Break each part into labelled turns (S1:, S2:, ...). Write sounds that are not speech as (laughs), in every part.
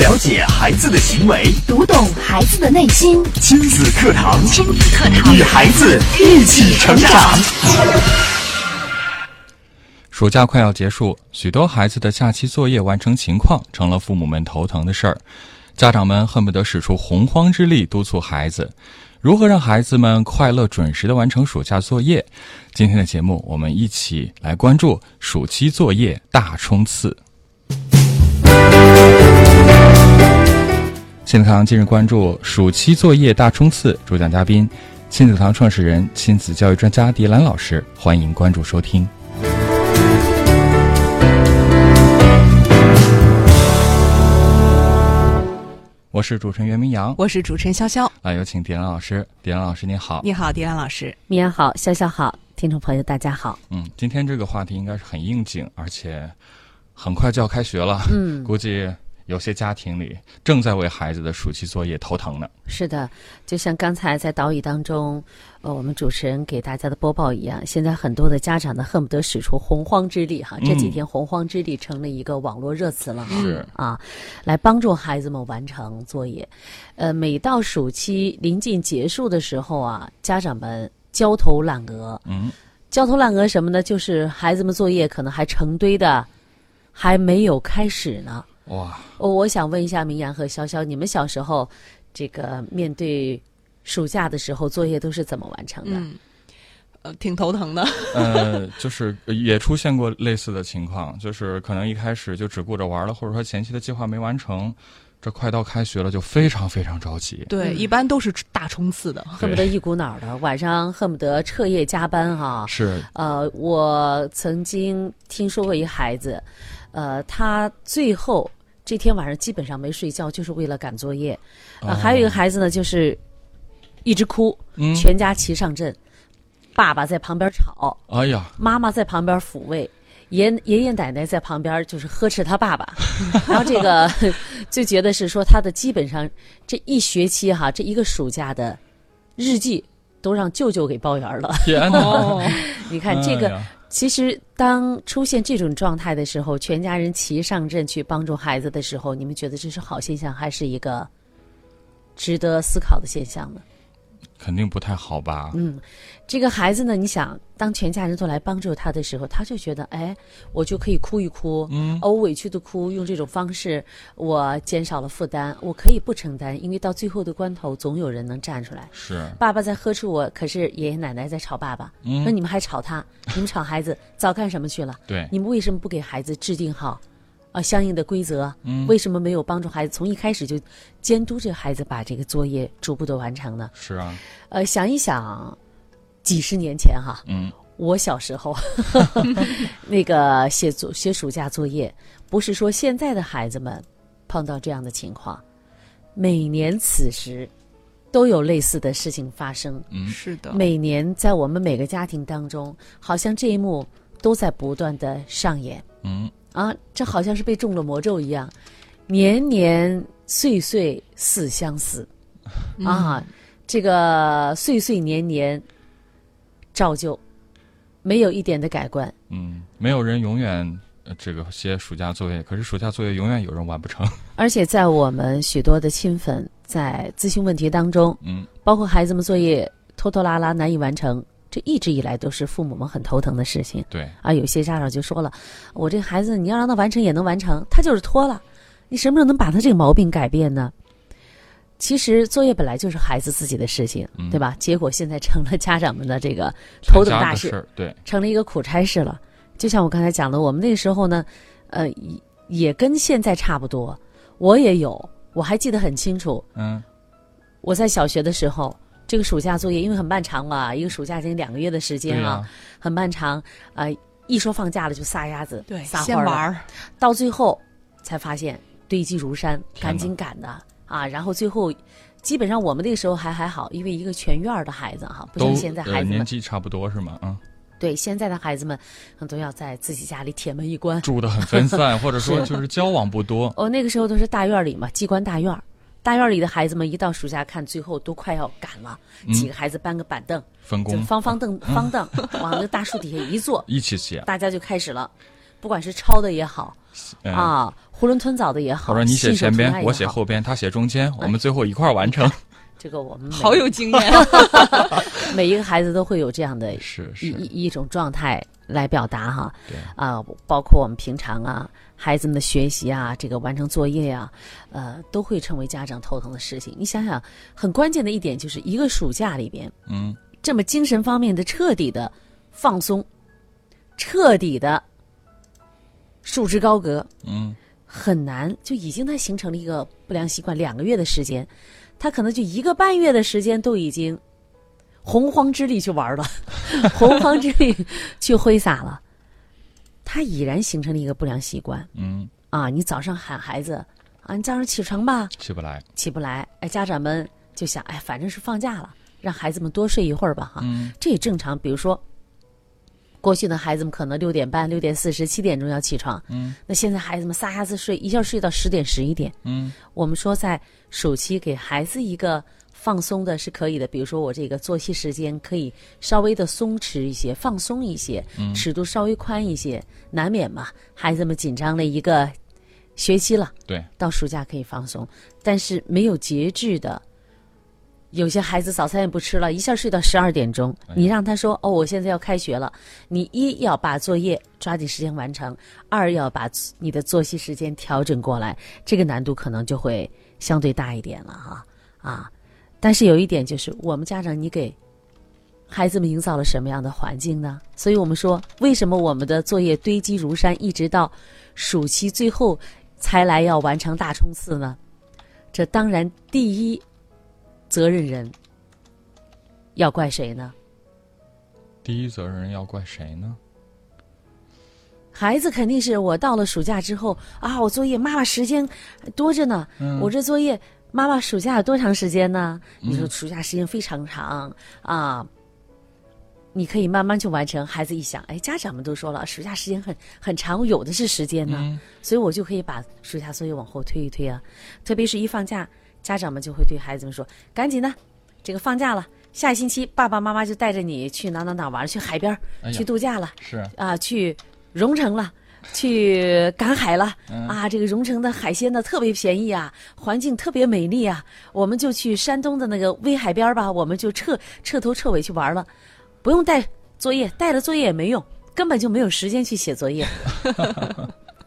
S1: 了解孩子的行为，
S2: 读懂孩子的内心。
S1: 亲子课堂，
S2: 亲子课堂
S1: 与孩子一起成长。
S3: 暑假快要结束，许多孩子的假期作业完成情况成了父母们头疼的事儿，家长们恨不得使出洪荒之力督促孩子。如何让孩子们快乐准时的完成暑假作业？今天的节目，我们一起来关注暑期作业大冲刺。亲子堂今日关注暑期作业大冲刺，主讲嘉宾亲子堂创始人、亲子教育专家迪兰老师，欢迎关注收听。我是主持人袁明阳，
S4: 我是主持人潇潇。
S3: 啊来，有请迪兰老师。迪兰老师，您好。
S4: 你好，迪兰老师。
S5: 米娅好，笑笑好，听众朋友大家好。
S3: 嗯，今天这个话题应该是很应景，而且很快就要开学了。嗯， (laughs) 估计有些家庭里正在为孩子的暑期作业头疼呢。
S5: 是的，就像刚才在导语当中，呃，我们主持人给大家的播报一样，现在很多的家长呢，恨不得使出洪荒之力哈。这几天洪荒之力成了一个网络热词了哈。
S3: 是
S5: 啊，来帮助孩子们完成作业。呃，每到暑期临近结束的时候啊，家长们焦头烂额。
S3: 嗯，
S5: 焦头烂额什么呢？就是孩子们作业可能还成堆的，还没有开始呢。
S3: 哇，
S5: 我哦我想问一下明阳和潇潇，你们小时候这个面对暑假的时候，作业都是怎么完成的？
S4: 嗯，呃，挺头疼的。
S3: (laughs) 呃，就是也出现过类似的情况，就是可能一开始就只顾着玩了，或者说前期的计划没完成，这快到开学了就非常非常着急。
S4: 对，一般都是大冲刺的。
S5: 恨不得一股脑儿的，晚上恨不得彻夜加班
S3: (laughs)
S5: 哈、
S3: 是，
S5: 呃，我曾经听说过一孩子，呃，他最后这天晚上基本上没睡觉，就是为了赶作业。呃，
S3: 哦
S5: 还有一个孩子呢，就是一直哭，
S3: 嗯，
S5: 全家齐上阵，爸爸在旁边吵，
S3: 哎呀，
S5: 妈妈在旁边抚慰，爷爷爷奶奶在旁边就是呵斥他爸爸， (laughs) 然后这个就觉得是说他的基本上这一学期哈，这一个暑假的日记都让舅舅给包圆了。 (laughs)
S3: 天哪！(laughs)
S4: (laughs) (laughs) 哦，
S5: 你看这
S3: 哎
S5: 个，
S3: 呀
S5: 其实当出现这种状态的时候，全家人齐上阵去帮助孩子的时候，你们觉得这是好现象，还是一个值得思考的现象呢？
S3: 肯定不太好吧？
S5: 嗯，这个孩子呢，你想，当全家人都来帮助他的时候，他就觉得，哎，我就可以哭一哭，嗯，我委屈的哭，用这种方式，我减少了负担，我可以不承担，因为到最后的关头，总有人能站出来。
S3: 是，
S5: 爸爸在呵斥我，可是爷爷奶奶在吵爸爸，那你们还吵他，你们吵孩子，早干什么去了？
S3: 对，
S5: 你们为什么不给孩子制定好啊、相应的规则？为什么没有帮助孩子从一开始就监督这个孩子把这个作业逐步的完成呢？
S3: 是啊，
S5: 呃，想一想，几十年前哈、
S3: 嗯，
S5: 我小时候那个写作写暑假作业，不是说现在的孩子们碰到这样的情况，每年此时都有类似的事情发生。
S3: 嗯
S4: 是的，
S5: 每年在我们每个家庭当中，好像这一幕都在不断的上演。
S3: 嗯，
S5: 啊，这好像是被中了魔咒一样，年年岁岁似相似，啊，这个岁岁年年照旧，没有一点的改观。
S3: 嗯，没有人永远呃这个写暑假作业，可是暑假作业永远有人完不
S5: (laughs)
S3: 成。
S5: 而且在我们许多的亲粉在咨询问题当中，
S3: 嗯，
S5: 包括孩子们作业拖拖拉拉难以完成，这一直以来都是父母们很头疼的事情。
S3: 对，
S5: 啊，有些家长就说了，我这个孩子你要让他完成也能完成，他就是拖了，你什么时候能把他这个毛病改变呢？其实作业本来就是孩子自己的事情，对吧？结果现在成了家长们的这个头等
S3: 嗯全家
S5: 大
S3: 的
S5: 事，
S3: 事儿，对，
S5: 成了一个苦差事了。就像我刚才讲的，我们那个时候呢，呃，也也跟现在差不多，我也有，我还记得很清楚，
S3: 嗯，
S5: 我在小学的时候。这个暑假作业因为很漫长嘛，一个暑假近两个月的时
S3: 对
S5: 间
S3: 呀、
S5: 啊，很漫长啊、呃一说放假了就撒丫子，
S4: 对，
S5: 撒
S4: 先
S5: 欢儿
S4: 玩
S5: 了，
S4: 儿。
S5: 到最后才发现堆积如山，
S3: 天哪
S5: 赶紧赶的啊！然后最后，基本上我们那个时候还还好，因为一个全院儿的孩子哈，不
S3: 都
S5: 像现在
S3: 呃
S5: 孩子们，
S3: 年纪差不多是吗？啊、
S5: 对现在的孩子们，可能都要在自己家里铁门一关。
S3: 住的很分
S5: (laughs)
S3: 散，或者说
S5: 是
S3: 就是交往不多。
S5: 哦，那个时候都是大院儿里嘛，机关大院儿。大院儿里的孩子们一到暑假看，最后都快要赶了，
S3: 嗯
S5: 几个孩子搬个板凳，
S3: 分
S5: 就
S3: 工嗯
S5: 方方凳方凳，往那大树底下一坐，
S3: 一起写，
S5: 大家就开始了。不管是抄的也好
S3: 嗯，
S5: 啊，囫囵吞枣的也好，
S3: 我说你写
S5: 信手
S3: 前
S5: 拈
S3: 边
S5: 来，也哎
S3: 我写
S5: 好，
S3: 后边，他写中间，我们最后一块儿完
S5: (laughs)
S3: 成。
S5: 这个我们每
S4: 好有经验， (laughs)
S5: 每 (laughs) 一个孩子都会有这样的
S3: 是
S5: 一
S3: 是，
S5: 一一种状态来表达哈
S3: 对，
S5: 啊、包括我们平常啊，孩子们的学习啊，这个完成作业呀、呃，都会成为家长头疼的事情。你想想，很关键的一点就是一个暑假里边，
S3: 嗯，
S5: 这么精神方面的彻底的放松，彻底的束之高阁，
S3: 嗯，
S5: 很难就已经他形成了一个不良习惯，两个月的时间，他可能就一个半月的时间都已经洪荒之力去玩了，洪荒之力去挥洒了，他已然形成了一个不良习惯。
S3: 嗯，
S5: 啊，你早上喊孩子啊，你早上起床吧，
S3: 起不来。
S5: 起不来，哎，家长们就想，哎，反正是放假了，让孩子们多睡一会儿吧，哈、
S3: 嗯
S5: 这也正常。比如说，过去的孩子们可能六点半、六点四十、七点钟要起床，
S3: 嗯
S5: 那现在孩子们撒丫子睡，一觉睡到十点、十一点。
S3: 嗯
S5: 我们说，在暑期给孩子一个放松的是可以的，比如说我这个作息时间可以稍微的松弛一些、放松一些，
S3: 嗯
S5: 尺度稍微宽一些，难免嘛，孩子们紧张了一个学期了，
S3: 对，
S5: 到暑假可以放松，但是没有节制的。有些孩子早餐也不吃了，一下睡到十二点钟。你让他说：“哦，我现在要开学了。”你一要把作业抓紧时间完成，二要把你的作息时间调整过来，这个难度可能就会相对大一点了哈啊。但是有一点就是，我们家长你给孩子们营造了什么样的环境呢？所以我们说，为什么我们的作业堆积如山，一直到暑期最后才来要完成大冲刺呢？这当然，第一责任人要怪谁呢？
S3: 第一责任人要怪谁呢？
S5: 孩子肯定是我到了暑假之后啊，我作业妈妈时间多着呢，
S3: 嗯
S5: 我这作业妈妈暑假有多长时间呢？你说暑假时间非常长啊，你可以慢慢去完成。孩子一想，哎，家长们都说了，暑假时间很很长，我有的是时间呢，
S3: 嗯
S5: 所以我就可以把暑假作业往后推一推啊。特别是一放假，家长们就会对孩子们说，赶紧的，这个放假了。下一星期，爸爸妈妈就带着你去哪哪哪玩，去海边儿，
S3: 哎呀
S5: 去度假了。
S3: 是，
S5: 啊，去荣城了。去赶海了、
S3: 嗯
S5: 啊！这个荣城的海鲜呢特别便宜啊，环境特别美丽啊，我们就去山东的那个威海边儿吧，我们就彻彻头彻尾去玩了，不用带作业，带了作业也没用，根本就没有时间去写
S3: (laughs)
S5: 作业。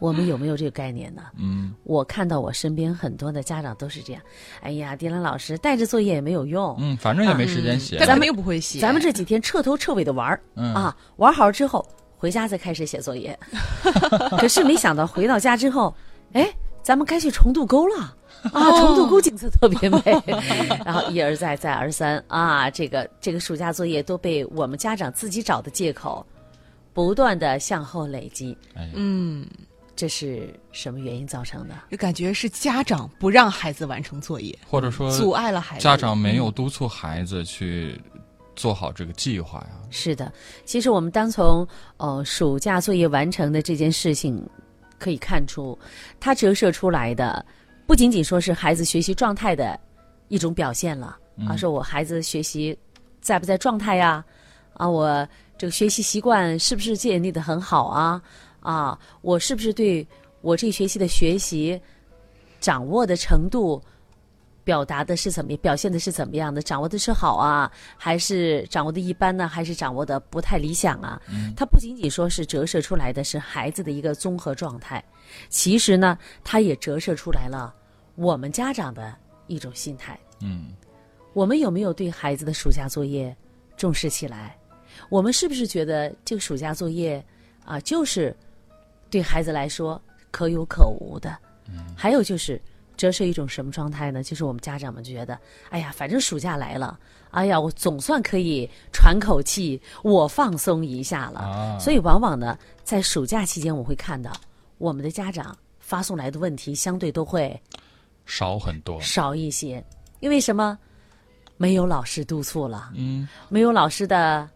S5: 我们有没有这个概念呢？
S3: 嗯，
S5: 我看到我身边很多的家长都是这样，哎呀，迪兰老师带着作业也没有用，
S3: 嗯，反正也没时间写。
S4: 但咱们又不会写，
S5: 啊咱们这几天彻头彻尾的玩儿、
S3: 嗯
S5: 啊，玩好之后回家再开始写作业。可是没想到回到家之后，哎，咱们该去重渡沟了啊！重渡沟景色特别美。 (laughs) 然后一而再，再而三啊，这个这个暑假作业都被我们家长自己找的借口，不断的向后累积。
S3: 哎呀，
S4: 嗯，
S5: 这是什么原因造成的？
S4: 就感觉是家长不让孩子完成作业，
S3: 或者说
S4: 阻碍了孩子。
S3: 呃家
S4: 嗯
S3: 长没
S5: 嗯
S3: 有督促孩子去做好这个计划呀。
S5: 是的，其实我们单从呃暑假作业完成的这件事情可以看出，它折射出来的不仅仅说是孩子学习状态的一种表现了，啊，说我孩子学习在不在状态呀、啊？我这个学习习惯是不是建立的很好啊？啊，我是不是对我这学期的学习掌握的程度？表达的是怎么，表现的是怎么样的？掌握的是好啊，还是掌握的一般呢？还是掌握的不太理想啊？它不仅仅说是折射出来的是孩子的一个综合状态，其实呢，它也折射出来了我们家长的一种心态。
S3: 嗯，
S5: 我们有没有对孩子的暑假作业重视起来？我们是不是觉得这个暑假作业啊，就是对孩子来说可有可无的？还有就是折射一种什么状态呢？就是我们家长们就觉得，哎呀，反正暑假来了，哎呀，我总算可以喘口气，我放松一下了。
S3: 啊
S5: 所以往往呢，在暑假期间，我会看到我们的家长发送来的问题相对都会
S3: 少很多。
S5: 少一些，因为什么？没有老师督促了，
S3: 嗯
S5: 没有老师的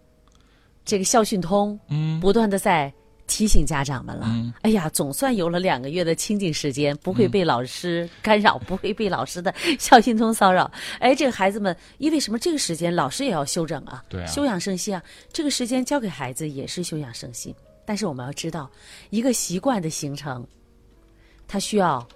S5: 这个校讯通，
S3: 嗯，
S5: 不断的在提醒家长们了。哎呀，总算有了两个月的清静时间，不会被老师干扰，不会被老师的校讯通骚扰。哎，这个孩子们，因为什么？这个时间老师也要休整啊，
S3: 对啊
S5: 休养生息啊。这个时间交给孩子也是休养生息。但是我们要知道，一个习惯的形成，它需要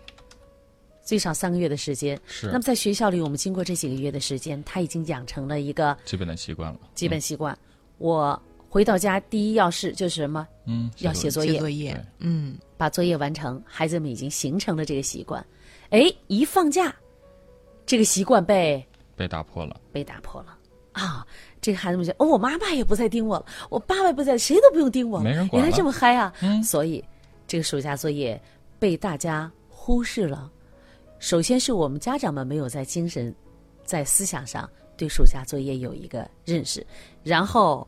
S5: 最少三个月的时间。
S3: 是
S5: 那么在学校里，我们经过这几个月的时间，他已经养成了一个
S3: 基本的习惯了。
S5: 基本习惯。我回到家第一要事就是什么？
S3: 嗯，
S5: 要写作业
S4: 写作，业，嗯，
S5: 把作业完成。孩子们已经形成了这个习惯。哎，一放假，这个习惯被
S3: 被打破了。
S5: 被打破了啊！这个孩子们觉得，哦，我妈妈也不再盯我了，我爸爸也不在，谁都不用盯我了，
S3: 没人管了
S5: 原来这么嗨啊！ (laughs)
S3: 嗯
S5: 所以这个暑假作业被大家忽视了。首先是我们家长们没有在精神、在思想上对暑假作业有一个认识，然后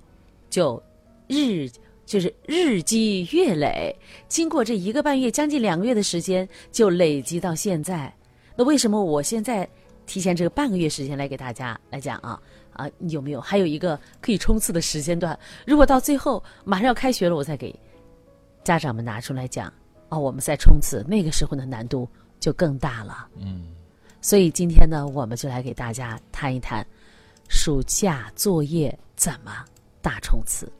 S5: 就日就是日积月累，经过这一个半月、将近两个月的时间，就累积到现在。那为什么我现在提前这个半个月时间来给大家来讲啊？啊，你有没有还有一个可以冲刺的时间段？如果到最后马上要开学了，我再给家长们拿出来讲，哦，我们再冲刺，那个时候的难度就更大了。嗯，所以今天呢，我们就来给大家谈一谈暑假作业怎么大冲刺。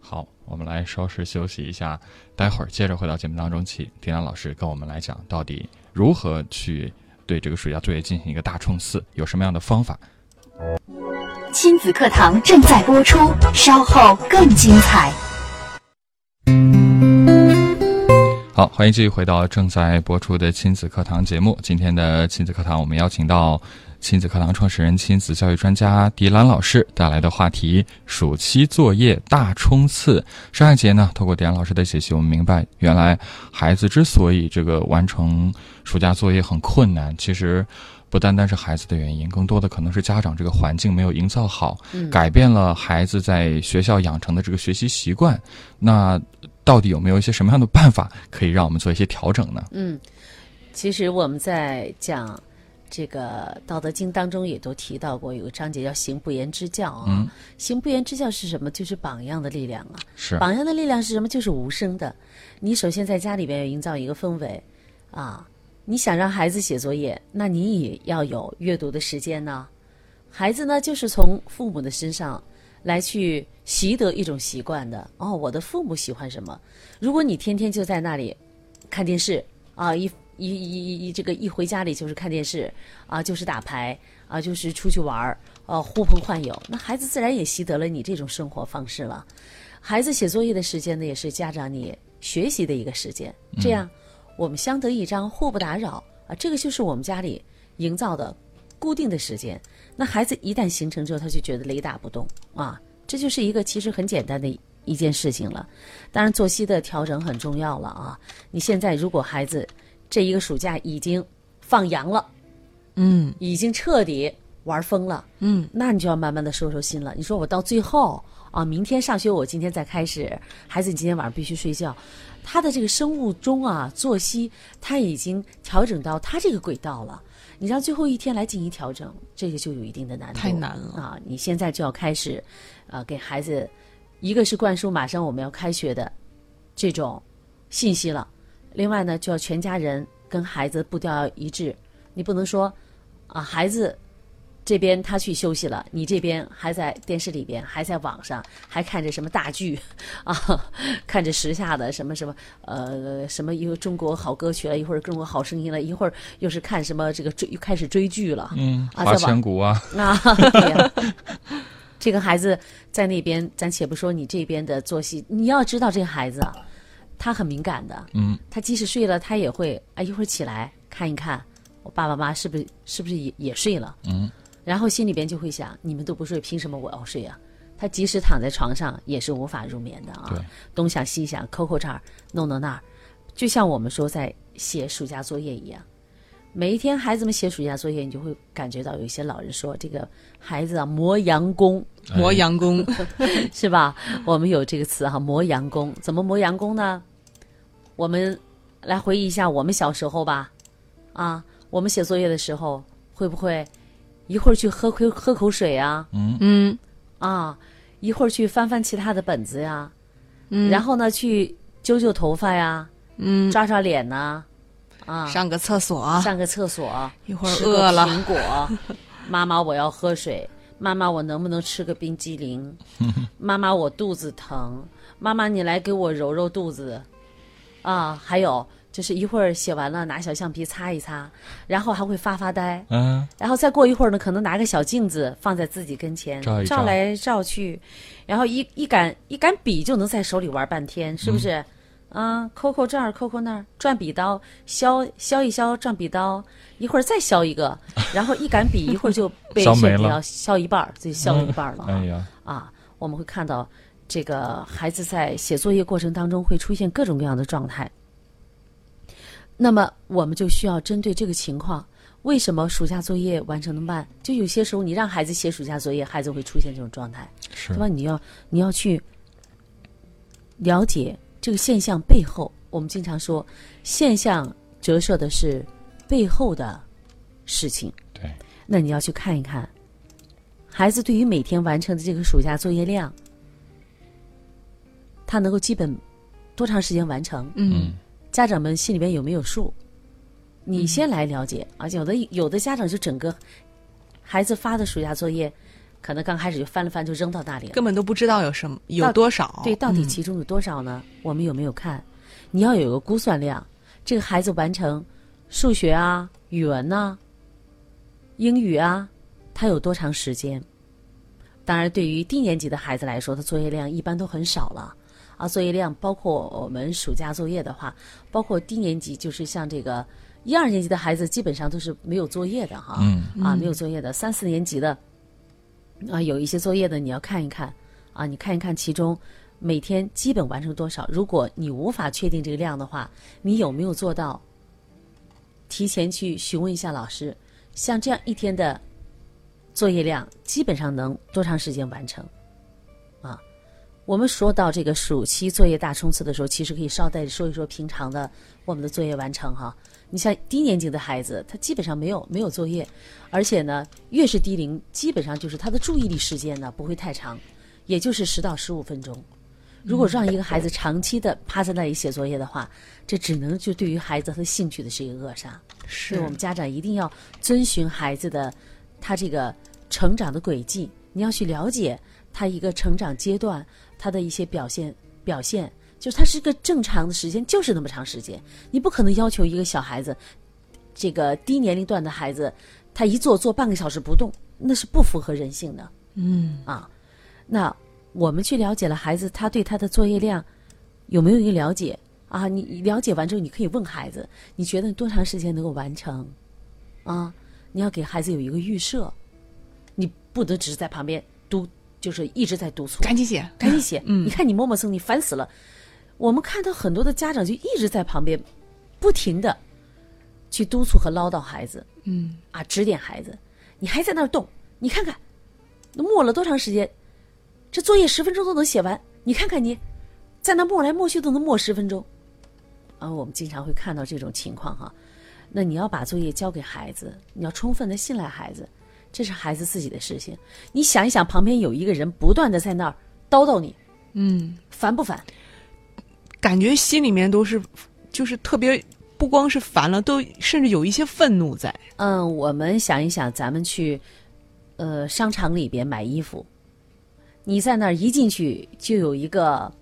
S3: 好，我们来稍事休息一下，待会儿接着回到节目当中，请丁楠老师跟我们来讲到底如何去对这个暑假作业进行一个大冲刺，有什么样的方法。
S2: 亲子课堂正在播出，稍后更精彩。
S3: 好，欢迎继续回到正在播出的亲子课堂节目。今天的亲子课堂，我们邀请到亲子课堂创始人、亲子教育专家迪兰老师带来的话题“暑期作业大冲刺”。上一节呢，透过迪兰老师的解析，我们明白，原来孩子之所以这个完成暑假作业很困难，其实。不单单是孩子的原因，更多的可能是家长这个环境没有营造好，改变了孩子在学校养成的这个学习习惯。那到底有没有一些什么样的办法可以让我们做一些调整呢？
S5: 嗯，其实我们在讲这个《道德经》当中也都提到过，有个章节叫“行不言之教”啊。
S3: 嗯
S5: 行不言之教是什么？就是榜样的力量啊。
S3: 是
S5: 榜样的力量是什么？就是无声的。你首先在家里边要营造一个氛围啊，你想让孩子写作业，那你也要有阅读的时间呢、孩子呢，就是从父母的身上来去习得一种习惯的。哦，我的父母喜欢什么？如果你天天就在那里看电视啊，一一一一这个一回家里就是看电视啊，就是打牌啊，就是出去玩儿，呃、呼朋唤友，那孩子自然也习得了你这种生活方式了。孩子写作业的时间呢，也是家长你学习的一个时间。这样，我们相得益彰，互不打扰啊。这个就是我们家里营造的固定的时间。那孩子一旦形成之后，他就觉得雷打不动啊。这就是一个其实很简单的一件事情了。当然，作息的调整很重要了啊。你现在如果孩子这一个暑假已经放羊了，
S4: 嗯，
S5: 已经彻底玩疯了，
S4: 嗯，
S5: 那你就要慢慢的收收心了。你说我到最后啊，明天上学，我今天再开始，孩子你今天晚上必须睡觉。他的这个生物钟啊，作息他已经调整到他这个轨道了。你让最后一天来进行调整，这个就有一定的难度，
S4: 太难了
S5: 啊！你现在就要开始，啊，给孩子，一个是灌输马上我们要开学的这种信息了，另外呢，就要全家人跟孩子步调要一致，你不能说啊，孩子这边他去休息了，你这边还在电视里边，还在网上，还看着什么大剧啊， (laughs) 看着时下的什么什么呃什么一会儿中国好歌曲了，一会儿中国好声音了，一会儿又是看什么这个追又开始追剧了，
S3: 嗯，花
S5: 啊在网
S3: 千骨啊，
S5: 啊，
S3: (laughs)
S5: 对呀、这个孩子在那边，咱且不说你这边的作息，你要知道这个孩子啊，他很敏感的，
S3: 嗯，
S5: 他即使睡了，他也会啊一会儿起来看一看，我爸爸妈妈是不是是不是也也睡了，
S3: 嗯，
S5: 然后心里边就会想，你们都不睡，凭什么我要睡啊？他即使躺在床上也是无法入眠的啊
S3: 对，
S5: 东想西想，抠抠这儿，弄弄那儿，就像我们说在写暑假作业一样。每一天孩子们写暑假作业，你就会感觉到有一些老人说这个孩子啊磨洋工，
S3: 哎
S4: 磨洋工，(laughs)
S5: 是吧？我们有这个词哈、磨洋工。怎么磨洋工呢？我们来回忆一下我们小时候吧。啊，我们写作业的时候，会不会一会儿去喝口喝口水啊？
S4: 嗯
S5: 啊，一会儿去翻翻其他的本子呀，
S4: 嗯，
S5: 然后呢去揪揪头发呀，
S4: 嗯，
S5: 抓抓脸呐、啊，
S4: 上个厕所，
S5: 上个厕所，
S4: 一会儿
S5: 吃个
S4: 饿了 (laughs)
S5: 苹果，妈妈我
S4: (laughs)
S5: 要喝水，妈妈我能不能吃个冰激凌？妈妈我肚子疼，妈妈你来给我揉揉肚子，啊，还有就是一会儿写完了拿小橡皮擦一擦，然后还会发发呆，
S3: 嗯，
S5: 然后再过一会儿呢，可能拿个小镜子放在自己跟前，
S3: 照一照
S5: 来照去，然后一一杆一杆笔就能在手里玩半天，是
S3: 嗯
S5: 不是？啊，抠抠这儿，抠抠那儿，转笔刀，削削一削，转笔刀，一会儿再削一个，然后一杆笔一会儿就
S3: (laughs)
S5: 被
S3: 削没
S5: 线
S3: 了
S5: 条削一半儿，就削一半儿了啊。
S3: 哎呀，
S5: 啊，我们会看到这个孩子在写作业过程当中会出现各种各样的状态。那么我们就需要针对这个情况，为什么暑假作业完成的慢？就有些时候你让孩子写暑假作业，孩子会出现这种状态，
S3: 是
S5: 对吧？你要你要去了解这个现象背后。我们经常说，现象折射的是背后的事情。
S3: 对，
S5: 那你要去看一看，孩子对于每天完成的这个暑假作业量，他能够基本多长时间完成？
S4: 嗯
S5: 家长们心里边有没有数？你先来了解，而且有的有的家长就整个孩子发的暑假作业，可能刚开始就翻了翻就扔到那里了，
S4: 根本都不知道有什么有
S5: 到
S4: 多少，
S5: 对，到底
S4: 嗯
S5: 其中有多少呢？我们有没有看？你要有个估算量，这个孩子完成数学啊、语文呐、英语啊，他有多长时间？当然，对于低年级的孩子来说，他作业量一般都很少了啊。作业量包括我们暑假作业的话，包括低年级，就是像这个一二年级的孩子，基本上都是没有作业的哈。
S3: 嗯
S5: 啊，没有作业的，三四年级的啊，有一些作业的你要看一看啊，你看一看其中每天基本完成多少。如果你无法确定这个量的话，你有没有做到？提前去询问一下老师，像这样一天的作业量，基本上能多长时间完成？啊，我们说到这个暑期作业大冲刺的时候，其实可以捎带着说一说平常的我们的作业完成哈。你像低年级的孩子，他基本上没有没有作业，而且呢，越是低龄，基本上就是他的注意力时间呢不会太长，也就是十到十五分钟。如果让一个孩子长期的趴在那里写作业的话，这只能就对于孩子他的兴趣的是一个扼杀。
S4: 是
S5: 对我们家长一定要遵循孩子的他这个成长的轨迹，你要去了解他一个成长阶段他的一些表现表现，就是他是个正常的时间，就是那么长时间，你不可能要求一个小孩子，这个低年龄段的孩子，他一坐坐半个小时不动，那是不符合人性的。
S4: 嗯
S5: 啊，那我们去了解了孩子，他对他的作业量有没有一个了解啊？你你了解完之后，你可以问孩子，你觉得多长时间能够完成？啊，你要给孩子有一个预设，你不能只是在旁边督，就是一直在督促，
S4: 赶紧写，
S5: 哎赶紧写。你看你磨磨蹭，你烦死了。我们看到很多的家长就一直在旁边，不停的去督促和唠叨孩子，
S4: 嗯
S5: 啊，指点孩子，你还在那儿动，你看看，那磨了多长时间？这作业十分钟都能写完，你看看你，在那磨来磨去都能磨十分钟。啊，我们经常会看到这种情况哈、那你要把作业交给孩子，你要充分的信赖孩子，这是孩子自己的事情。你想一想，旁边有一个人不断的在那儿叨叨你，
S4: 嗯，
S5: 烦不烦？
S4: 感觉心里面都是就是特别。不光是烦了，都甚至有一些愤怒在。
S5: 嗯，我们想一想，咱们去呃商场里边买衣服，你在那儿一进去就有一个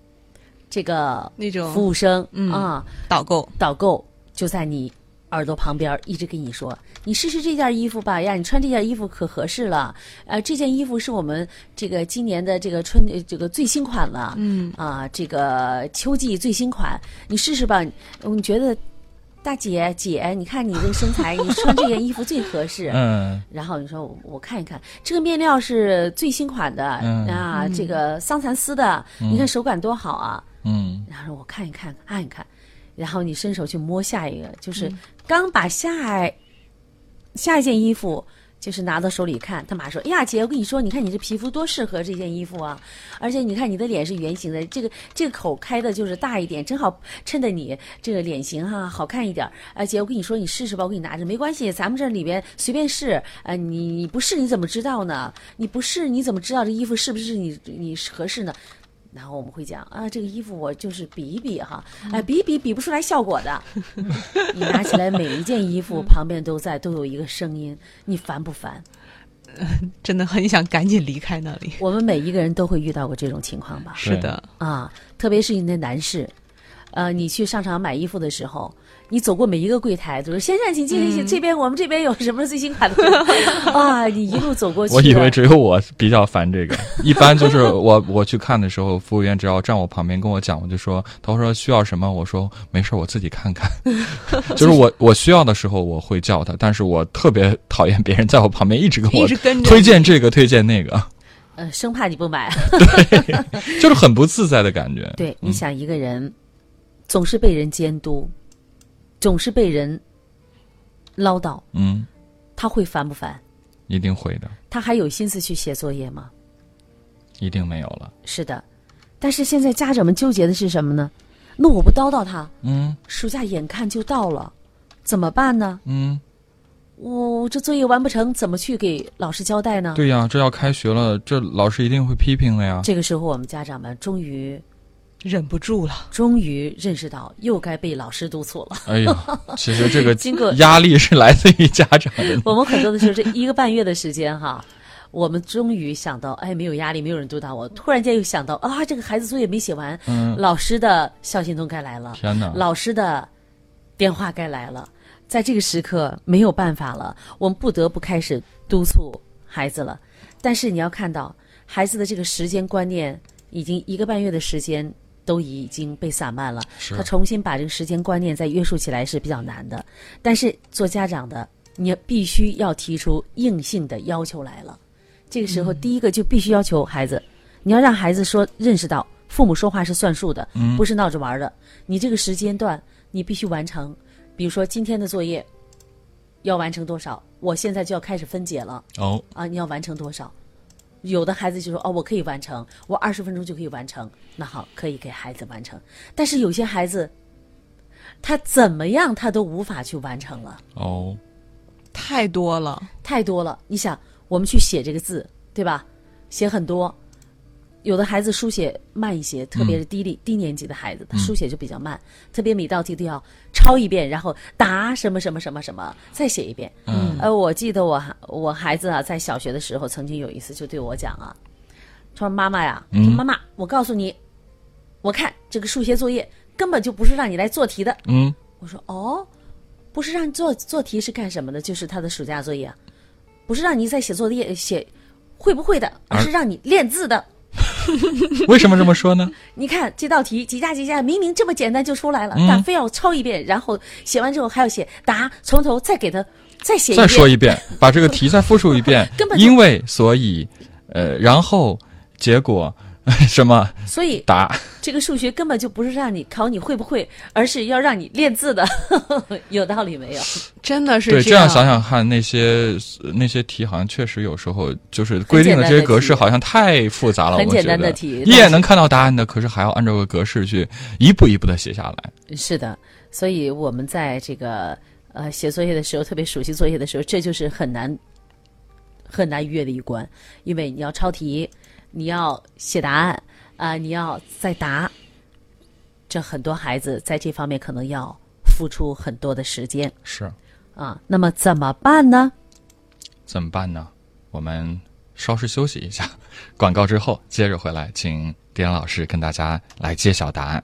S5: 这个
S4: 那种
S5: 服务生啊、
S4: 嗯导购
S5: 导购就在你耳朵旁边儿一直跟你说：“你试试这件衣服吧，呀，你穿这件衣服可合适了。呃，这件衣服是我们这个今年的这个春呃这个最新款了，嗯啊，这个秋季最新款，你试试吧。你觉得大姐姐，你看你这个身材，你穿这件衣服最合适。
S3: (laughs) 嗯，
S5: 然后你说我我看一看，这个面料是最新款的、
S3: 嗯
S5: 啊，这个桑蚕丝的，你看手感多好啊。
S3: 嗯，
S5: 然后我看一看，按一看，然后你伸手去摸下一个，就是刚把下下一件衣服就是拿到手里看，他妈说：“哎呀，姐，我跟你说，你看你这皮肤多适合这件衣服啊！而且你看你的脸是圆形的，这个这个口开的就是大一点，正好衬得你这个脸型哈、好看一点。哎，姐，我跟你说，你试试吧，我给你拿着，没关系，咱们这里边随便试。呃，你你不试你怎么知道呢？你不试你怎么知道这衣服是不是你你合适呢？”然后我们会讲啊，这个衣服我就是比一比哈，哎，比一比比不出来效果的。你拿起来每一件衣服旁边都在都有一个声音，你烦不烦？
S4: 真的很想赶紧离开那里。
S5: 我们每一个人都会遇到过这种情况吧？
S4: 是的，
S5: 啊，特别是你的男士，呃，你去商场买衣服的时候，你走过每一个柜台，都是先生，请进，请这边我们这边有什么最新款的啊？你一路走过去，
S3: 我以为只有我比较烦这个，一般就是我我去看的时候，服务员只要站我旁边跟我讲，我就说，他说需要什么，我说没事儿，我自己看看。就是我我需要的时候我会叫他，但是我特别讨厌别人在我旁边一直跟我
S4: 一直跟着
S3: 推荐这个推荐那个，
S5: 呃，生怕你不买。
S3: 就是很不自在的感觉。
S5: 对，你想一个人总是被人监督，总是被人唠叨，
S3: 嗯，
S5: 他会烦不烦？
S3: 一定会的，
S5: 他还有心思去写作业吗？
S3: 一定没有了。
S5: 是的，但是现在家长们纠结的是什么呢？那我不叨叨他，
S3: 嗯
S5: 暑假眼看就到了，怎么办呢？
S3: 嗯，
S5: 我、这作业完不成，怎么去给老师交代呢？
S3: 对啊呀，这要开学了，这老师一定会批评的呀。
S5: 这个时候，我们家长们终于
S4: 忍不住了，
S5: 终于认识到，又该被老师督促了。
S3: 哎
S5: (laughs)
S3: 呀，其实这个
S5: 经过
S3: 压力是来自于家长
S5: (laughs)
S3: 的。
S5: 我们很多的时候，这一个半月的时间哈，我们终于想到，哎，没有压力，没有人督导我。突然间又想到，啊，这个孩子作业没写完，
S3: 嗯，啊
S5: 老师的校庆通该来了，
S3: 天哪，
S5: 老师的电话该来了。在这个时刻，没有办法了，我们不得不开始督促孩子了。但是你要看到，孩子的这个时间观念，已经一个半月的时间都已经被散漫了。
S3: 是
S5: 他重新把这个时间观念再约束起来是比较难的。但是做家长的，你必须要提出硬性的要求来了。这个时候，第一个就必须要求孩子，你要让孩子说认识到父母说话是算数的，不是闹着玩儿的。你这个时间段你必须完成，比如说今天的作业要完成多少，我现在就要开始分解了。
S3: 哦，
S5: 啊，你要完成多少？有的孩子就说哦，我可以完成，我二十分钟就可以完成。那好，可以给孩子完成。但是有些孩子，他怎么样他都无法去完成了，
S3: 哦，
S4: 太多了。
S5: 太多了。你想，我们去写这个字，对吧？写很多，有的孩子书写慢一些，特别是低
S3: 嗯
S5: 龄、低年级的孩子，他书写就比较慢，特别每道题都要抄一遍，然后答什么什么什么什么，再写一遍。
S3: 嗯，
S5: 呃，我记得我孩我孩子啊，在小学的时候，曾经有一次就对我讲啊，他说：“妈妈呀，
S3: 嗯
S5: 妈妈，我告诉你，我看这个数学作业根本就不是让你来做题的。
S3: 嗯，”
S5: 我说：“哦，不是让你做做题是干什么的？就是他的暑假作业啊，不是让你在写作业写会不会的，而
S3: 而
S5: 是让你练字的。
S3: 为什么这么说呢？
S5: 你看这道题几加几加，明明这么简单就出来了，
S3: 嗯
S5: 但非要抄一遍，然后写完之后还要写答，从头再 (laughs) 给他再写一
S3: 再
S5: 遍。”
S3: 说一遍，把这个题再复述一遍
S5: (laughs) 根本，就
S3: 因为所以，呃，然后结果 (laughs) 什么
S5: 所以
S3: 答？
S5: 这个数学根本就不是让你考你会不会，而是要让你练字的， (laughs) 有道理没有？
S4: 真的是
S3: 对，
S4: 这
S3: 这样想想看，那些呃那些题好像确实有时候就是规定的这些格式好像太复杂了，
S5: 很
S3: 我觉
S5: 简
S3: 得
S5: 单的题
S3: 一眼能看到答案的，可是还要按照个格式去一步一步的写下来。
S5: 是的，所以我们在这个呃写作业的时候，特别熟悉作业的时候，这就是很难很难越的一关，因为你要抄题，你要写答案啊、你要再答，这很多孩子在这方面可能要付出很多的时间
S3: 是，
S5: 啊。那么怎么办呢？
S3: 怎么办呢？我们稍事休息一下， (laughs) 广告之后接着回来，请点老师跟大家来揭晓答案。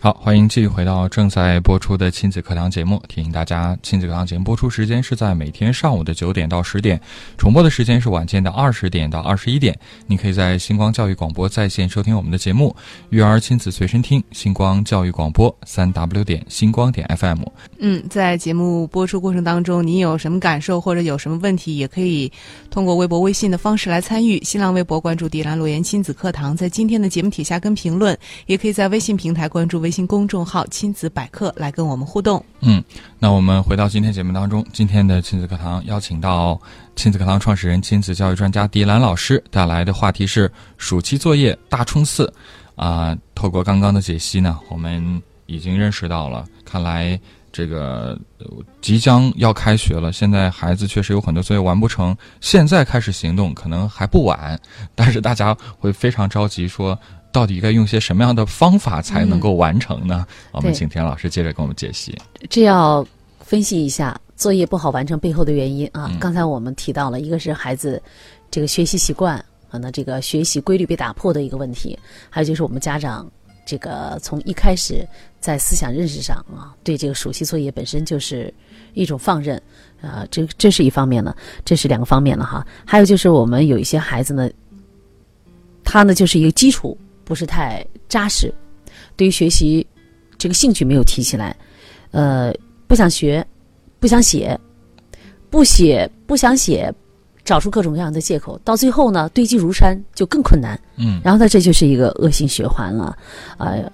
S3: 好，欢迎继续回到正在播出的亲子课堂节目。提醒大家，亲子课堂节目播出时间是在每天上午的九点到十点，重播的时间是晚间的二十点到二十一点。你可以在星光教育广播在线收听我们的节目《育儿亲子随身听》，星光教育广播三 w 点星光点 FM。
S4: 嗯，在节目播出过程当中，你有什么感受或者有什么问题，也可以通过微博、微信的方式来参与。新浪微博关注“迪兰罗言亲子课堂”，在今天的节目底下跟评论，也可以在微信平台关注微信公众号“亲子百科”来跟我们互动。
S3: 嗯，那我们回到今天节目当中，今天的亲子课堂邀请到亲子课堂创始人、亲子教育专家迪兰老师带来的话题是暑期作业大冲刺。啊、透过刚刚的解析呢，我们已经认识到了，看来这个呃即将要开学了，现在孩子确实有很多作业完不成，现在开始行动可能还不晚，但是大家会非常着急说。到底该用些什么样的方法才能够完成呢？啊我们
S5: 对
S3: 请田老师接着给我们解析。
S5: 这要分析一下作业不好完成背后的原因啊。
S3: 嗯
S5: 刚才我们提到了，一个是孩子这个学习习惯，可能这个学习规律被打破的一个问题，还有就是我们家长这个从一开始在思想认识上啊，对这个熟悉作业本身就是一种放任啊、这这是一方面呢，这是两个方面了哈。还有就是我们有一些孩子呢，他呢就是一个基础不是太扎实，对于学习这个兴趣没有提起来。呃，不想学，不想写，不写不想写，找出各种各样的借口，到最后呢，堆积如山就更困难。
S3: 嗯
S5: 然后呢，这就是一个恶性循环了。呃，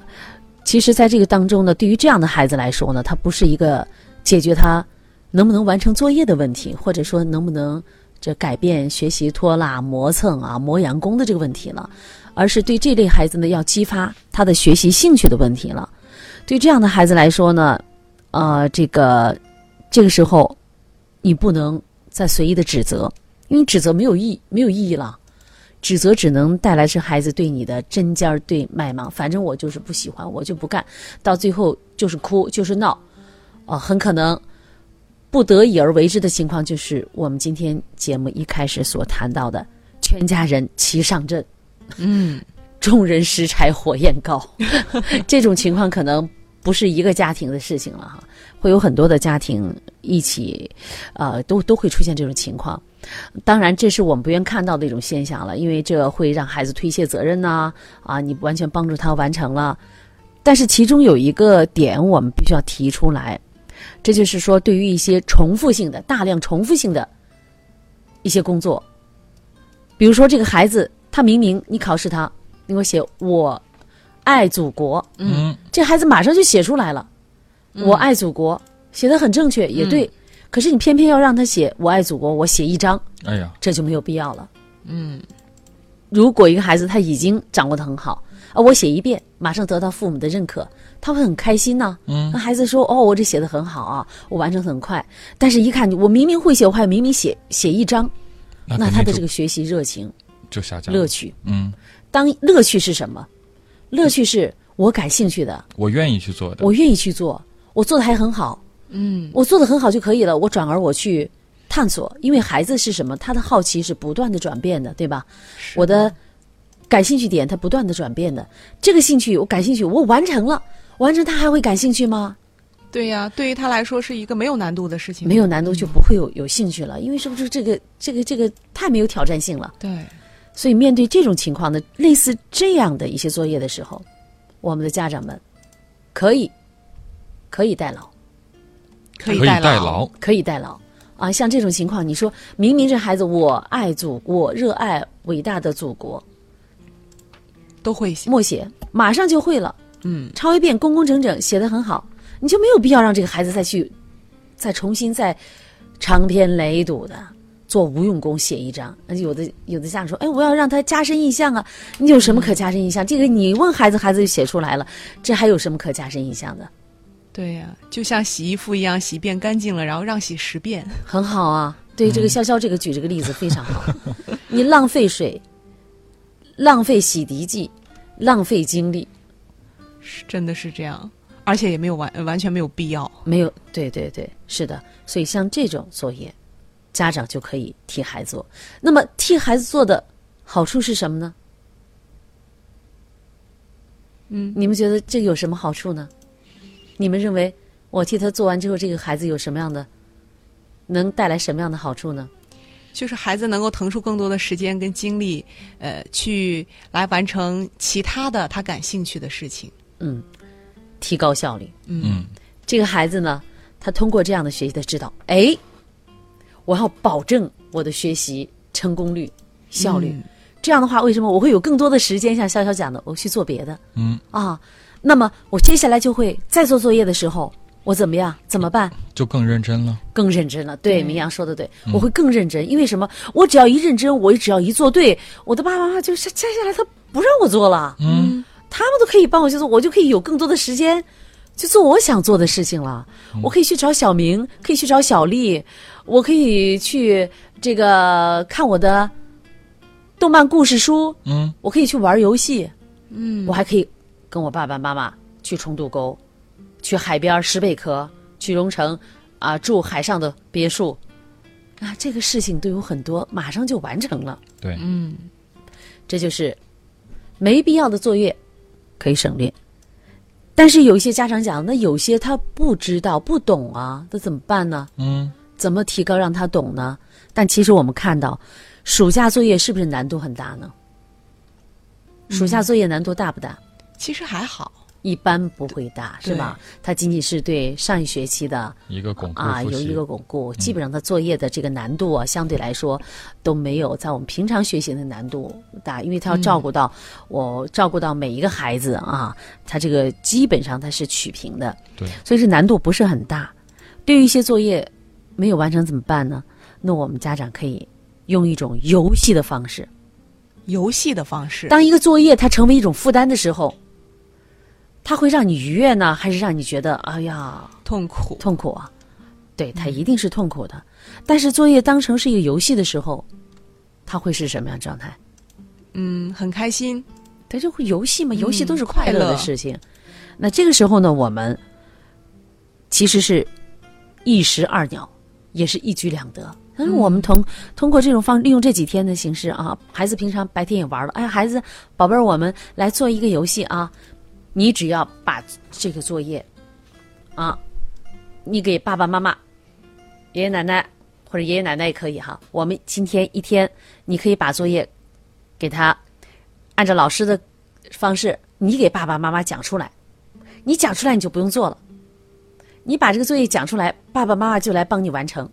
S5: 其实，在这个当中呢，对于这样的孩子来说呢，他不是一个解决他能不能完成作业的问题，或者说能不能这改变学习拖拉磨蹭啊磨洋工的这个问题了，而是对这类孩子呢要激发他的学习兴趣的问题了。对这样的孩子来说呢，呃，这个这个时候你不能再随意的指责，因为指责没有意没有意义了。指责只能带来是孩子对你的针尖儿对麦芒，反正我就是不喜欢，我就不干，到最后就是哭就是闹，啊、很可能不得已而为之的情况，就是我们今天节目一开始所谈到的，全家人齐上阵，
S4: 嗯，
S5: (laughs) 众人拾柴火焰高， (laughs) 这种情况可能不是一个家庭的事情了哈，会有很多的家庭一起，呃，都都会出现这种情况。当然，这是我们不愿看到的一种现象了，因为这会让孩子推卸责任呐、啊，你完全帮助他完成了。但是其中有一个点，我们必须要提出来，这就是说，对于一些重复性的、大量重复性的一些工作，比如说这个孩子，他明明你考试他，你给我写我爱祖国，
S3: 嗯
S5: 这孩子马上就写出来了，我爱祖国，写的很正确，
S3: 嗯
S5: 也对。可是你偏偏要让他写我爱祖国，我写一张，
S3: 哎呀，
S5: 这就没有必要了。嗯，如果一个孩子他已经掌握的很好啊，我写一遍，马上得到父母的认可，他会很开心呐、
S3: 嗯
S5: 那孩子说：“哦，我这写的很好啊，我完成得很快。”但是，一看我明明会写，我还明明写写一张，
S3: 那
S5: 那
S3: 啊肯
S5: 他
S3: 定
S5: 的
S3: 就
S5: 这个学习热情、
S3: 就下降了
S5: 乐趣，
S3: 嗯，
S5: 当乐趣是什么？乐趣是我感兴趣的，
S3: 我愿意去做的。
S5: 我愿意去做，我做的还很好，嗯，我做的很好就可以了。我转而我去探索，因为孩子是什么？他的好奇是不断的转变的，对吧？我的感兴趣点他不断的转变的，这个兴趣我感兴趣，我完成了，完成他还会感兴趣吗？
S4: 对呀、对于他来说是一个没有难度的事情，
S5: 没有难度就不会有有兴趣了，因为是不是这个这个这个太没有挑战性了？
S4: 对，
S5: 所以面对这种情况的类似这样的一些作业的时候，我们的家长们可以可以代劳，
S4: 可
S3: 可以代劳，，
S5: 可以代劳啊。像这种情况，你说明明这孩子我爱祖国，热爱伟大的祖国，
S4: 都会写。
S5: 默写马上就会了，
S4: 嗯，
S5: 抄一遍工工整整，写得很好，你就没有必要让这个孩子再去再重新再长篇累牍的。做无用功写一张，那有的有的家长说：“哎，我要让他加深印象啊！你有什么可加深印象？这个你问孩子，孩子就写出来了，这还有什么可加深印象的？
S4: 对呀、就像洗衣服一样，洗遍干净了，然后让洗十遍。
S5: 很好啊，对这个潇潇这个举这个例子非常好。你浪费水，浪费洗涤剂，浪费精力，
S4: 是真的是这样，而且也没有完呃完全没有必要。
S5: 没有对对对，是的。所以像这种作业，家长就可以替孩子做。那么替孩子做的好处是什么呢？嗯，你们觉得这有什么好处呢？你们认为我替他做完之后，这个孩子有什么样的，能带来什么样的好处呢？
S4: 就是孩子能够腾出更多的时间跟精力，呃，去来完成其他的他感兴趣的事情。
S5: 嗯，提高效率。
S3: 嗯，
S5: 这个孩子呢，他通过这样的学习的指导，哎，我要保证我的学习成功率、效率。这样的话，为什么我会有更多的时间？像潇潇讲的，我去做别的。
S3: 嗯
S5: 啊，那么我接下来就会在做作业的时候，我怎么样？怎么办？
S3: 就更认真了。
S5: 更认真了。对，明阳说的对，我会更认真，因为什么？我只要一认真，我只要一做对，我的爸爸妈妈就是接下来他不让我做了，
S3: 嗯
S5: 他们都可以帮我去做，我就可以有更多的时间去做我想做的事情了。我可以去找小明，可以去找小丽，我可以去这个看我的动漫故事书，
S3: 嗯
S5: 我可以去玩游戏，
S4: 嗯
S5: 我还可以跟我爸爸妈妈去冲渡沟，去海边石北壳，去荣城啊、住海上的别墅，啊，这个事情都有很多，马上就完成了。
S3: 对，
S4: 嗯，
S5: 这就是没必要的作业可以省略。但是有一些家长讲，那有些他不知道、不懂啊，那怎么办呢？
S3: 嗯
S5: 怎么提高让他懂呢？但其实我们看到，暑假作业是不是难度很大呢？暑假作业难度大不大？
S4: 其实还好，
S5: 一般不会大，是吧？它仅仅是对上一学期的
S3: 一个巩固
S5: 啊
S3: 复
S5: 有
S3: 习，嗯
S5: 一个巩固，基本上它作业的这个难度啊，相对来说都没有在我们平常学习的难度大，因为它要照
S3: 嗯
S5: 顾到、我照顾到每一个孩子啊，它这个基本上它是取平的，
S3: 对，
S5: 所以这难度不是很大。对于一些作业没有完成怎么办呢？那我们家长可以用一种游戏的方式，
S4: 游戏的方式，
S5: 当一个作业它成为一种负担的时候，它会让你愉悦呢，还是让你觉得哎呀
S4: 痛苦，
S5: 痛苦啊？对，它一定是痛苦的。但是作业当成是一个游戏的时候，它会是什么样的状态？
S4: 嗯，很开心，
S5: 它就会游戏嘛，
S4: 嗯
S5: 游戏都是快
S4: 快
S5: 乐
S4: 乐
S5: 的事情。那这个时候呢，我们其实是一石二鸟，也是一举两得。但是我
S4: 嗯
S5: 们通通过这种方利用这几天的形式啊，孩子平常白天也玩了，哎，孩子宝贝儿，我们来做一个游戏啊，你只要把这个作业啊，你给爸爸妈妈、爷爷奶奶或者爷爷奶奶也可以哈，我们今天一天你可以把作业给他按照老师的方式，你给爸爸妈妈讲出来，你讲出来你就不用做了，你把这个作业讲出来，爸爸妈妈就来帮你完成。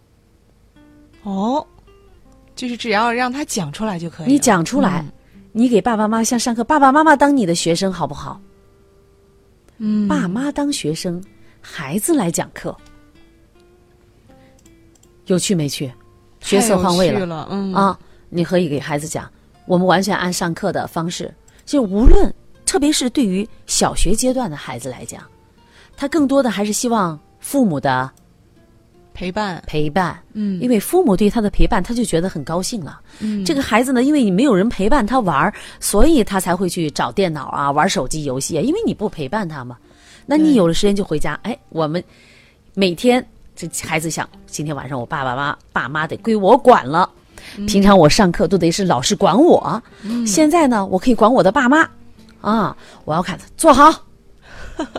S4: 哦，就是只要让他讲出来就可以了。
S5: 你讲出来，你给爸爸妈妈像上课，爸爸妈妈当你的学生好不好？
S4: 嗯，
S5: 爸妈当学生，孩子来讲课，有趣没趣？角色换位
S4: 太有
S5: 了
S4: 趣了，嗯，
S5: 啊，你可以给孩子讲，我们完全按上课的方式，就无论，特别是对于小学阶段的孩子来讲，他更多的还是希望父母的
S4: 陪伴，
S5: 陪伴，
S4: 嗯，
S5: 因为父母对他的陪伴，他就觉得很高兴了。
S4: 嗯
S5: 这个孩子呢，因为你没有人陪伴他玩儿，所以他才会去找电脑啊，玩手机游戏啊，因为你不陪伴他嘛。那你
S4: 对
S5: 有了时间就回家，哎，我们每天这孩子想，今天晚上我爸爸妈爸妈得归我管了，
S4: 嗯
S5: 平常我上课都得是老师管我，现在呢，我可以管我的爸妈，啊，我要看
S4: (laughs)
S5: 坐好，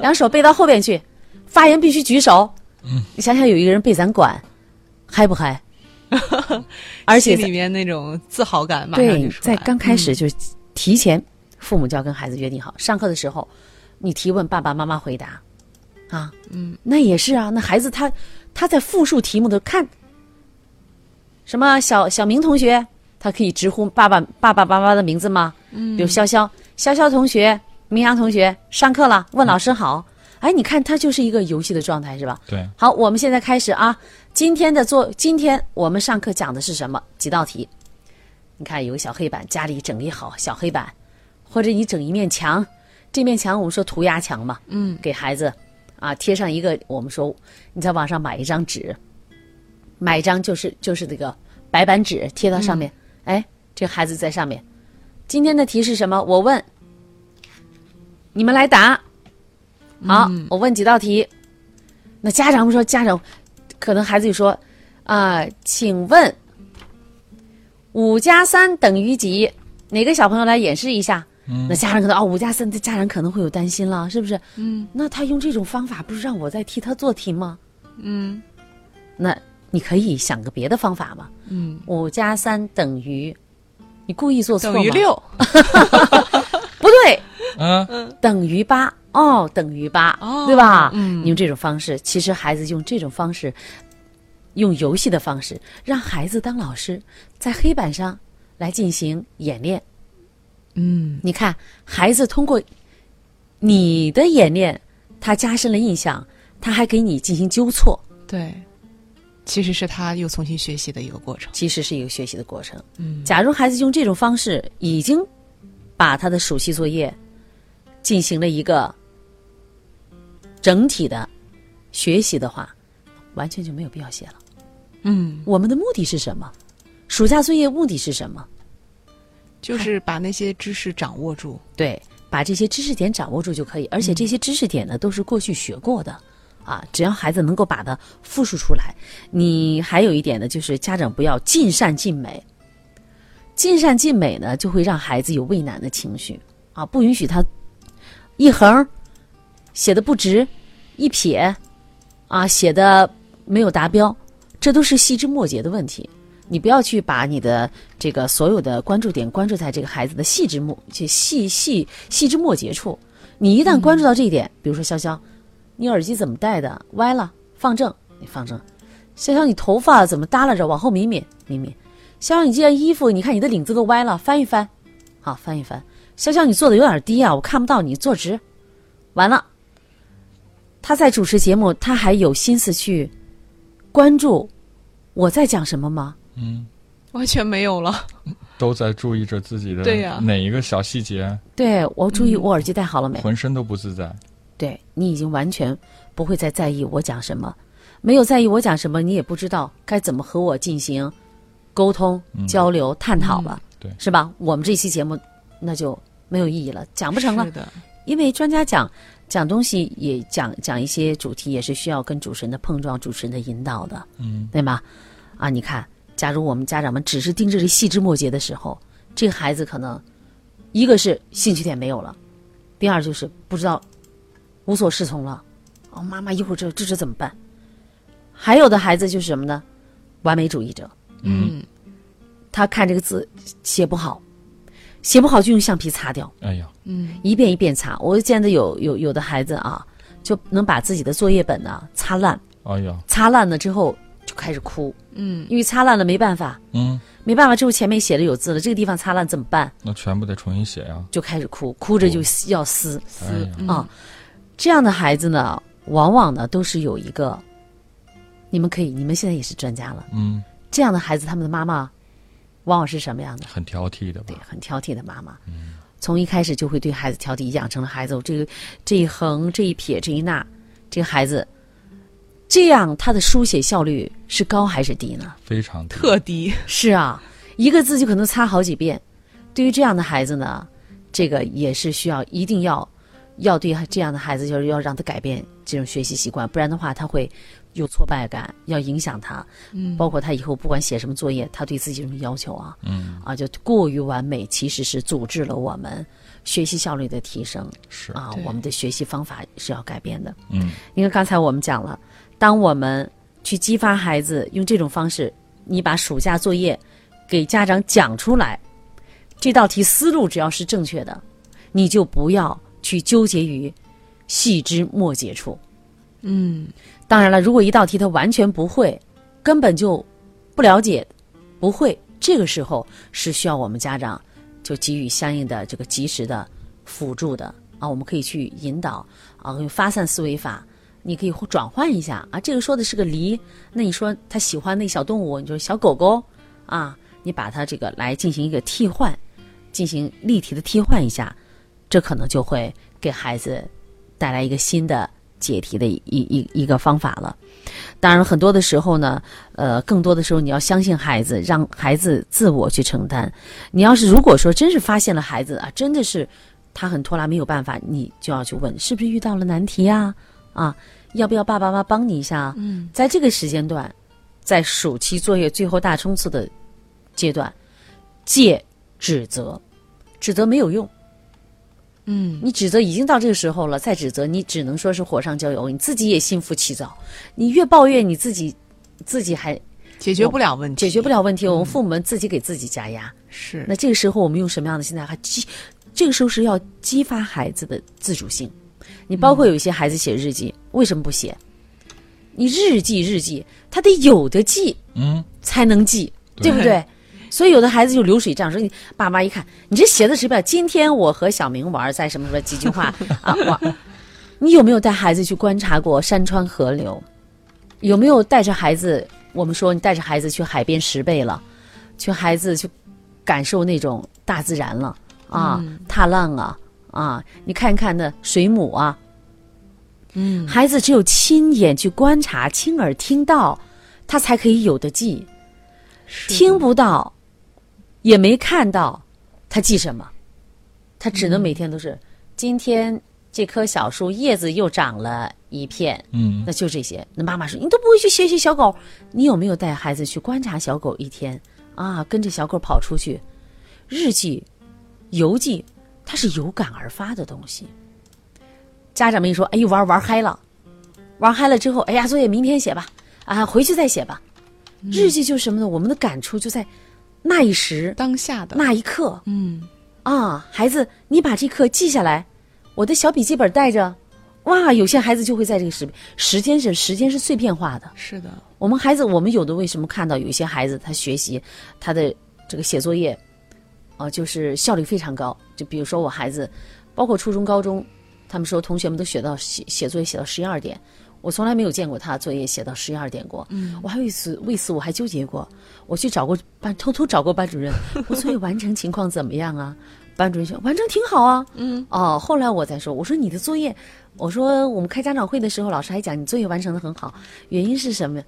S5: 两手背到后边去，发言必须举手。你想想，有一个人被咱管，嗨不
S4: (laughs)
S5: 嗨？而且
S4: 心里面那种自豪感马上
S5: 对
S4: 就，出来嗯
S5: 在
S4: 了
S5: 刚开始就提前，父母就要跟孩子约定好，上课的时候你提问，爸爸妈妈回答，啊，嗯，那也是啊，那孩子他他在复述题目的看，什么小小明同学，他可以直呼爸爸爸爸妈妈的名字吗？嗯，比如潇潇潇潇同学、明阳同学，上课了，问老师
S4: 嗯
S5: 好。哎，你看，他就是一个游戏的状态，是吧？
S3: 对，
S5: 好，我们现在开始啊。今天的做，今天我们上课讲的是什么？几道题？你看有个小黑板，家里整理好小黑板，或者你整一面墙，这面墙我们说涂鸦墙嘛，嗯，给孩子啊贴上一个，我们说你在网上买一张纸，买一张就是就是那个白板纸贴到上面，哎，这孩子在上面，今天的题是什么？我问，你们来答。
S4: 嗯
S5: 好，我问几道题，那家长们说，家长可能孩子就说啊、请问五加三等于几？哪个小朋友来演示一下？
S4: 嗯
S5: 那家长可能哦，五加三，这家长可能会有担心了，是不是？嗯，那他用这种方法，不是让我在替他做题吗？
S4: 嗯
S5: 那你可以想个别的方法嘛。
S4: 嗯，
S5: 五加三等于，你故意做错吗
S4: 等于，六，
S5: 不对，
S3: 嗯，
S5: 等于八哦，等于八、
S4: 哦
S5: 对吧？
S4: 嗯
S5: 你用这种方式，其实孩子用这种方式，用游戏的方式，让孩子当老师，在黑板上来进行演练。
S4: 嗯，
S5: 你看，孩子通过你的演练，他加深了印象，他还给你进行纠错，
S4: 对，其实是他又重新学习的一个过
S5: (laughs)
S4: 程。
S5: 其实是一个学习的过程。
S4: 嗯
S5: 假如孩子用这种方式，已经把他的暑期作业进行了一个整体的学习的话，完全就没有必要写了。
S4: 嗯，
S5: 我们的目的是什么？暑假作业目的是什么？
S4: 就是把那些知识掌握住。
S5: 对，把这些知识点掌握住就可以，而且这些知识点呢都是过去学过的。啊，只要孩子能够把它复述出来，你还有一点呢，就是家长不要尽善尽美。尽善尽美呢，就会让孩子有畏难的情绪啊，不允许他一横写的不直，一撇啊写的没有达标，这都是细枝末节的问题。你不要去把你的这个所有的关注点关注在这个孩子的细枝末就细细细枝末节处。你一旦关注到这一点，比如说潇潇，你耳机怎么戴的？歪了，放正，你放正。潇潇，你头发怎么耷拉着？往后抿抿，抿抿。潇潇，你这件衣服，你看你的领子都歪了，翻一翻，好，翻一翻。潇潇，你坐的有点低啊，我看不到你，坐直。完了，他在主持节目，他还有心思去关注我在讲什么吗？
S4: 完全没有了，
S3: 都在注意着自己的
S4: 对呀
S3: 哪一个小细节，
S5: 对我注意我耳机戴好了没？
S3: 浑身都不自在。
S5: 对你已经完全不会再在意我讲什么，没有在意我讲什么，你也不知道该怎么和我进行沟通、交流、探讨了，
S3: 对
S5: 是吧？我们这期节目那就没有意义了，讲不成啊了
S4: 是，的，
S5: 因为专家讲讲东西也讲讲一些主题，也是需要跟主持人的碰撞、主持人的引导的，
S3: 嗯，
S5: 对吧？啊，你看，假如我们家长们只是盯着这细枝末节的时候，这个孩子可能一个是兴趣点没有了，第二就是不知道无所适从了。哦，妈妈一会儿这这这怎么办？还有的孩子就是什么呢？完美主义者，
S4: 嗯，
S5: 他看这个字写不好，写不好就用橡皮擦掉。
S3: 哎呀，
S5: 一遍一遍擦。我就见得有有有的孩子啊，就能把自己的作业本呢、擦烂，
S3: 哎呀，
S5: 擦烂了之后就开始哭，嗯，因为擦烂了没办法，
S3: 嗯，
S5: 没办法之后前面写的有字了，这个地方擦烂怎么办？
S3: 那全部得重新写呀、
S5: 就开始哭，哭着就要撕。
S3: 哦哎呀，
S5: 啊，这样的孩子呢，往往呢都是有一个，你们可以，你们现在也是专家了，
S3: 嗯，
S5: 这样的孩子他们的妈妈往往是什么样的？
S3: 很挑剔的
S5: 对
S3: 吧？，
S5: 很挑剔的妈妈，从一开始就会对孩子挑剔，养成了孩子我这个这一横、这一撇、这一捺，这个孩子这样他的书写效率是高还是低呢？
S3: 非常低
S4: 特低，
S5: 是啊，一个字就可能擦好几遍。对于这样的孩子呢，这个也是需要一定要要对这样的孩子，就是要让他改变这种学习习惯，不然的话他会有挫败感，要影响他。嗯，包括他以后不管写什么作业，他对自己这种要求啊，嗯，啊就过于完美，其实是阻滞了我们学习效率的提升
S3: 是，
S5: 啊
S4: 对。
S5: 我们的学习方法是要改变的。
S3: 嗯，
S5: 因为刚才我们讲了，当我们去激发孩子用这种方式，你把暑假作业给家长讲出来，这道题思路只要是正确的，你就不要去纠结于细枝末节处。
S4: 嗯，
S5: 当然了，如果一道题他完全不会，根本就不了解，不会，这个时候是需要我们家长就给予相应的这个及时的辅助的啊，我们可以去引导啊，用发散思维法，你可以转换一下啊，这个说的是个梨，那你说他喜欢那小动物，你就是小狗狗啊，你把它这个来进行一个替换，进行立体的替换一下，这可能就会给孩子带来一个新的解题的一一一一个方法了。当然，很多的时候呢，呃，更多的时候你要相信孩子，让孩子自我去承担。你要是如果说真是发现了孩子啊，真的是他很拖拉，没有办法，你就要去问是不是遇到了难题呀、啊？要不要爸爸妈妈帮你一下啊？嗯，在这个时间段，在暑期作业最后大冲刺的阶段，戒指责，指责没有用。嗯，你指责已经到这个时候了，再指责你只能说是火上浇油，你自己也心浮气躁，你越抱怨你自己，自己还
S4: 解决不了问题，
S5: 解决不了问题，我们父母们自己给自己加压。
S4: 是
S5: 那这个时候我们用什么样的心态？还激，这个时候是要激发孩子的自主性。你包括有一些孩子写日记，为什么不写？你日记日记，他得有的记
S3: 嗯，
S5: 才能记，
S3: 对
S5: 对不对？所以有的孩子就流水账，说你爸妈一看你这写的什么呀？今天我和小明玩儿在什么什么几句话啊？我，你有没有带孩子去观察过山川河流？有没有带着孩子？我们说你带着孩子去海边拾贝了，去孩子去感受那种大自然了啊，踏浪啊啊！你看一看那水母啊，嗯，孩子只有亲眼去观察、亲耳听到，他才可以有的记。听不到，也没看到，他记什么？他只能每天都是、今天这棵小树叶子又长了一片，
S3: 嗯
S5: 那就这些。那妈妈说你都不会去学习小狗，你有没有带孩子去观察小狗一天啊？跟着小狗跑出去，日记、游记，它是有感而发的东西。家长们一说，哎，玩玩嗨了，玩嗨了之后，哎呀，作业明天写吧，啊，回去再写吧。日记就是什么呢？我们的感触就在那一时、
S4: 当下的
S5: 那一刻
S4: 嗯，
S5: 啊，孩子，你把这课记下来，我的小笔记本带着。哇，有些孩子就会在这个时时间是时间是碎片化的。
S4: 是的，
S5: 我们孩子，我们有的为什么看到有一些孩子他学习他的这个写作业，啊、就是效率非常高。就比如说我孩子，包括初中、高中，他们说同学们都写到写写作业写到十一二点，我从来没有见过他作业写到十一二点过。嗯，我还有一次为此我还纠结过，我去找过班，偷偷找过班主任，我作业完成情况怎么样啊？班主任说完成挺好啊。嗯，哦，后来我才说，我说你的作业，我说我们开家长会的时候，老师还讲你作业完成的很好，原因是什么呀？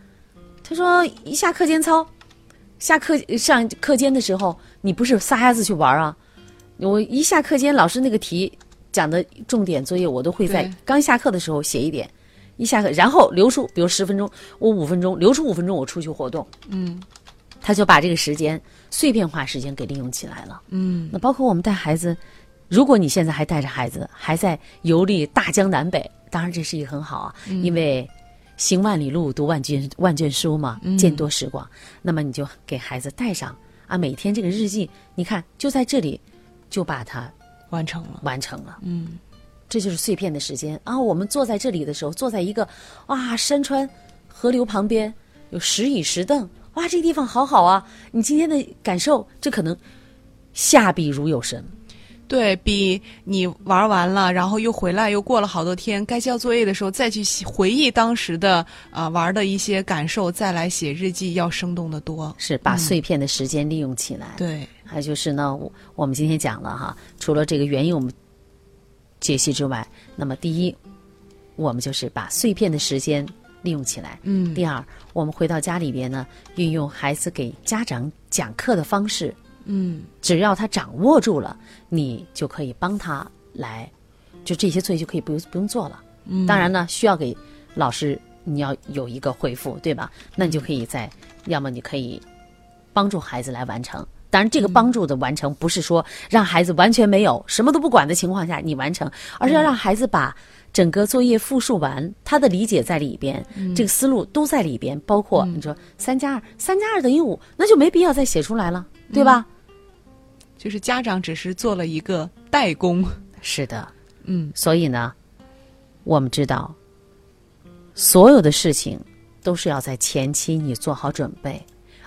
S5: 他说一下课间操，下课上课间的时候，你不是撒丫子去玩啊？我一下课间，老师那个题讲的重点作业，我都会在
S4: 对
S5: 刚下课的时候写一点，一下课，然后留出比如十分钟，我五分钟留出五分钟，我出去活动。嗯，他就把这个时间碎片化时间给利用起来了。嗯，那包括我们带孩子，如果你现在还带着孩子，还在游历大江南北，当然这是一个很好啊，因为行万里路，读万卷万卷书嘛，嗯见多识广。那么你就给孩子带上啊，每天这个日记，你看就在这里，就把它
S4: 完成了。
S5: 完成了。嗯，这就是碎片的时间啊。我们坐在这里的时候，坐在一个哇山川河流旁边，有石椅石凳，哇，这个地方好好啊。你今天的感受，这可能下笔如有神。
S4: 对比你玩完了，然后又回来，又过了好多天，该交作业的时候再去写回忆当时的啊、玩的一些感受，再来写日记要生动的多。
S5: 是把碎片的时间利用起来。，
S4: 对，
S5: 还有就是呢，我我们今天讲了哈，除了这个原因我们解析之外，那么第一，我们就是把碎片的时间利用起来。
S4: 嗯，
S5: 第二，我们回到家里边呢，运用孩子给家长讲课的方式，
S4: 嗯，
S5: 只要他掌握住了，你就可以帮他来，就这些作业就可以不用不用做了。嗯，当然呢，需要给老师你要有一个回复，对吧？那你就可以在，要么你可以帮助孩子来完成。当然，这个帮助的完成不是说让孩子完全没有什么都不管的情况下你完成，而是要让孩子把整个作业复述完，他的理解在里边，这个思路都在里边，包括你说三加二，三加二等于五，那就没必要再写出来了，对吧？
S4: 就是家长只是做了一个代工。
S5: 是的，
S4: 嗯，
S5: 所以呢，我们知道，所有的事情都是要在前期你做好准备，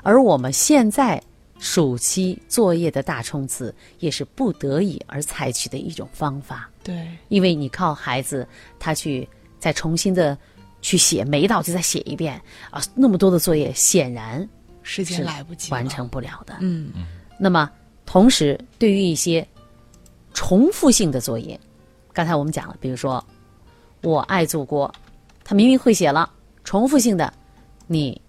S5: 而我们现在暑期作业的大冲刺也是不得已而采取的一种方法，
S4: 对，
S5: 因为你靠孩子他去再重新的去写，每一道就再写一遍啊，那么多的作业显然
S4: 时
S5: 是
S4: 间来不及了
S5: 完。成不了的。
S4: 嗯，
S5: 那么同时对于一些重复性的作业，刚才我们讲了，比如说“我爱祖国”，他明明会写了，重复性的，你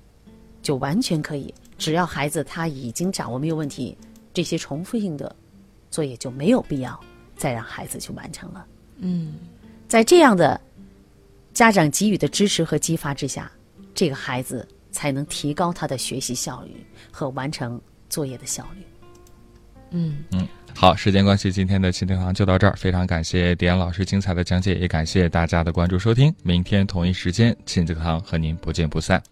S5: 就完全可以，只要孩子他已经掌握没有问题，这些重复性的作业就没有必要再让孩子去完成了。嗯，在这样的家长给予的支持和激发之下，这个孩子才能提高他的学习效率和完成作业的效率。
S3: 好，时间关系，今天的亲子课堂就到这儿。非常感谢迪安老师精彩的讲解，也感谢大家的关注收听。明天同一时间，亲子课堂和您不见不散。